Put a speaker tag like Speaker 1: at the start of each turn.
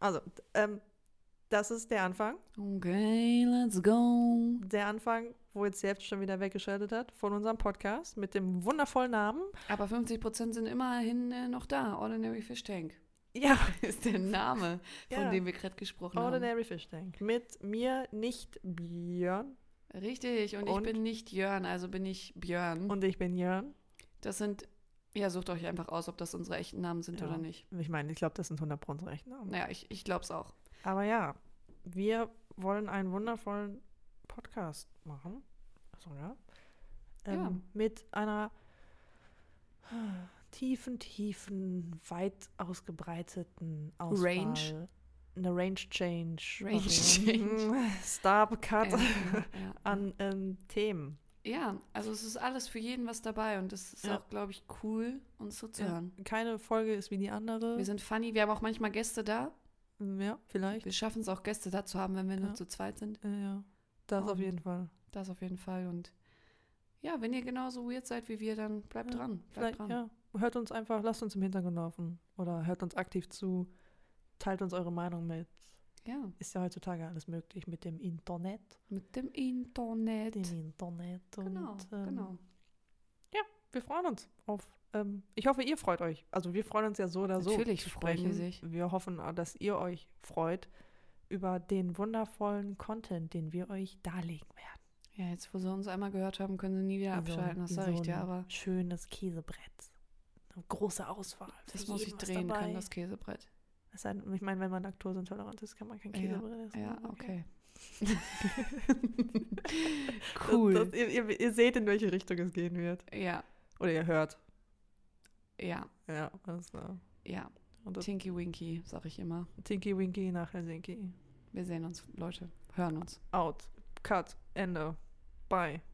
Speaker 1: Also, ähm, das ist der Anfang.
Speaker 2: Okay, let's go.
Speaker 1: Der Anfang, wo jetzt selbst schon wieder weggeschaltet hat, von unserem Podcast mit dem wundervollen Namen.
Speaker 2: Aber 50% sind immerhin äh, noch da. Ordinary Fish Tank
Speaker 1: Ja,
Speaker 2: ist der Name, von
Speaker 1: Ja.
Speaker 2: dem wir gerade gesprochen
Speaker 1: Ordinary Fish Tank. Mit mir nicht Björn
Speaker 2: haben. Richtig, und,
Speaker 1: Und?
Speaker 2: ich bin nicht Jörn, also bin ich Björn.
Speaker 1: und ich bin Jörn.
Speaker 2: das sind, ja, sucht euch einfach aus, ob das unsere echten Namen sind
Speaker 1: Ja.
Speaker 2: oder nicht.
Speaker 1: Ich meine, ich glaube, das sind 100 Pro unsere echten Namen.
Speaker 2: Naja, ich, ich glaube es auch.
Speaker 1: Aber ja, wir wollen einen wundervollen Podcast machen. Achso, ja. Ähm,
Speaker 2: Ja.
Speaker 1: Mit einer tiefen, tiefen, weit ausgebreiteten Auswahl.
Speaker 2: Range?
Speaker 1: Eine Range Change.
Speaker 2: Range
Speaker 1: also,
Speaker 2: Change.
Speaker 1: mm, Star Cut
Speaker 2: Ähm, ja.
Speaker 1: an ähm, Themen.
Speaker 2: ja, also es ist alles für jeden was dabei und das ist
Speaker 1: Ja.
Speaker 2: auch, glaube ich, cool, uns so zu
Speaker 1: Ja.
Speaker 2: hören.
Speaker 1: Keine Folge ist wie die andere.
Speaker 2: Wir sind funny, wir haben auch manchmal Gäste da.
Speaker 1: ja, vielleicht.
Speaker 2: Wir schaffen es auch, Gäste da zu haben, wenn wir nur
Speaker 1: Ja.
Speaker 2: zu zweit sind.
Speaker 1: Äh, ja. Das auf
Speaker 2: Und-
Speaker 1: jeden Fall.
Speaker 2: Das auf jeden Fall. Und ja, wenn ihr genauso weird seid wie wir, dann bleibt
Speaker 1: Ja,
Speaker 2: dran. Bleibt
Speaker 1: Vielleicht,
Speaker 2: dran.
Speaker 1: ja. Hört uns einfach, lasst uns im Hintergrund laufen. Oder hört uns aktiv zu, teilt uns eure Meinung mit.
Speaker 2: ja,
Speaker 1: Ist ja heutzutage alles möglich mit dem Internet.
Speaker 2: mit dem Internet.
Speaker 1: Dem Internet. Und,
Speaker 2: Genau,
Speaker 1: ähm,
Speaker 2: genau.
Speaker 1: Wir freuen uns auf. Ähm, ich hoffe, ihr freut euch. Also wir freuen uns ja so oder so.
Speaker 2: Natürlich
Speaker 1: zu
Speaker 2: freuen
Speaker 1: sprechen.
Speaker 2: die sich.
Speaker 1: Wir hoffen, äh, dass ihr euch freut über den wundervollen Content, den wir euch darlegen werden.
Speaker 2: Ja, jetzt wo sie uns einmal gehört haben, können sie nie wieder
Speaker 1: Wie so ein-
Speaker 2: abschalten, das
Speaker 1: wie
Speaker 2: sage ich
Speaker 1: so
Speaker 2: dir,
Speaker 1: ein
Speaker 2: aber
Speaker 1: Schönes Käsebrett. Eine große Auswahl. Für
Speaker 2: das muss ich
Speaker 1: jeden was
Speaker 2: drehen
Speaker 1: dabei.
Speaker 2: können, das Käsebrett.
Speaker 1: Es sei denn, ich meine, wenn man laktoseintolerant ist, kann man kein
Speaker 2: Ja,
Speaker 1: Käsebrille essen.
Speaker 2: Ja,
Speaker 1: aber
Speaker 2: okay.
Speaker 1: Cool.
Speaker 2: cool.
Speaker 1: Das, das, ihr, ihr, ihr seht, in welche Richtung es gehen wird.
Speaker 2: ja,
Speaker 1: Oder ihr hört.
Speaker 2: ja,
Speaker 1: Ja, alles klar.
Speaker 2: ja.
Speaker 1: Und das
Speaker 2: Tinky Winky, sag ich immer.
Speaker 1: Tinky Winky nach Helsinki.
Speaker 2: Wir sehen uns, Leute. Hören uns.
Speaker 1: Out. Cut. Ende. Bye.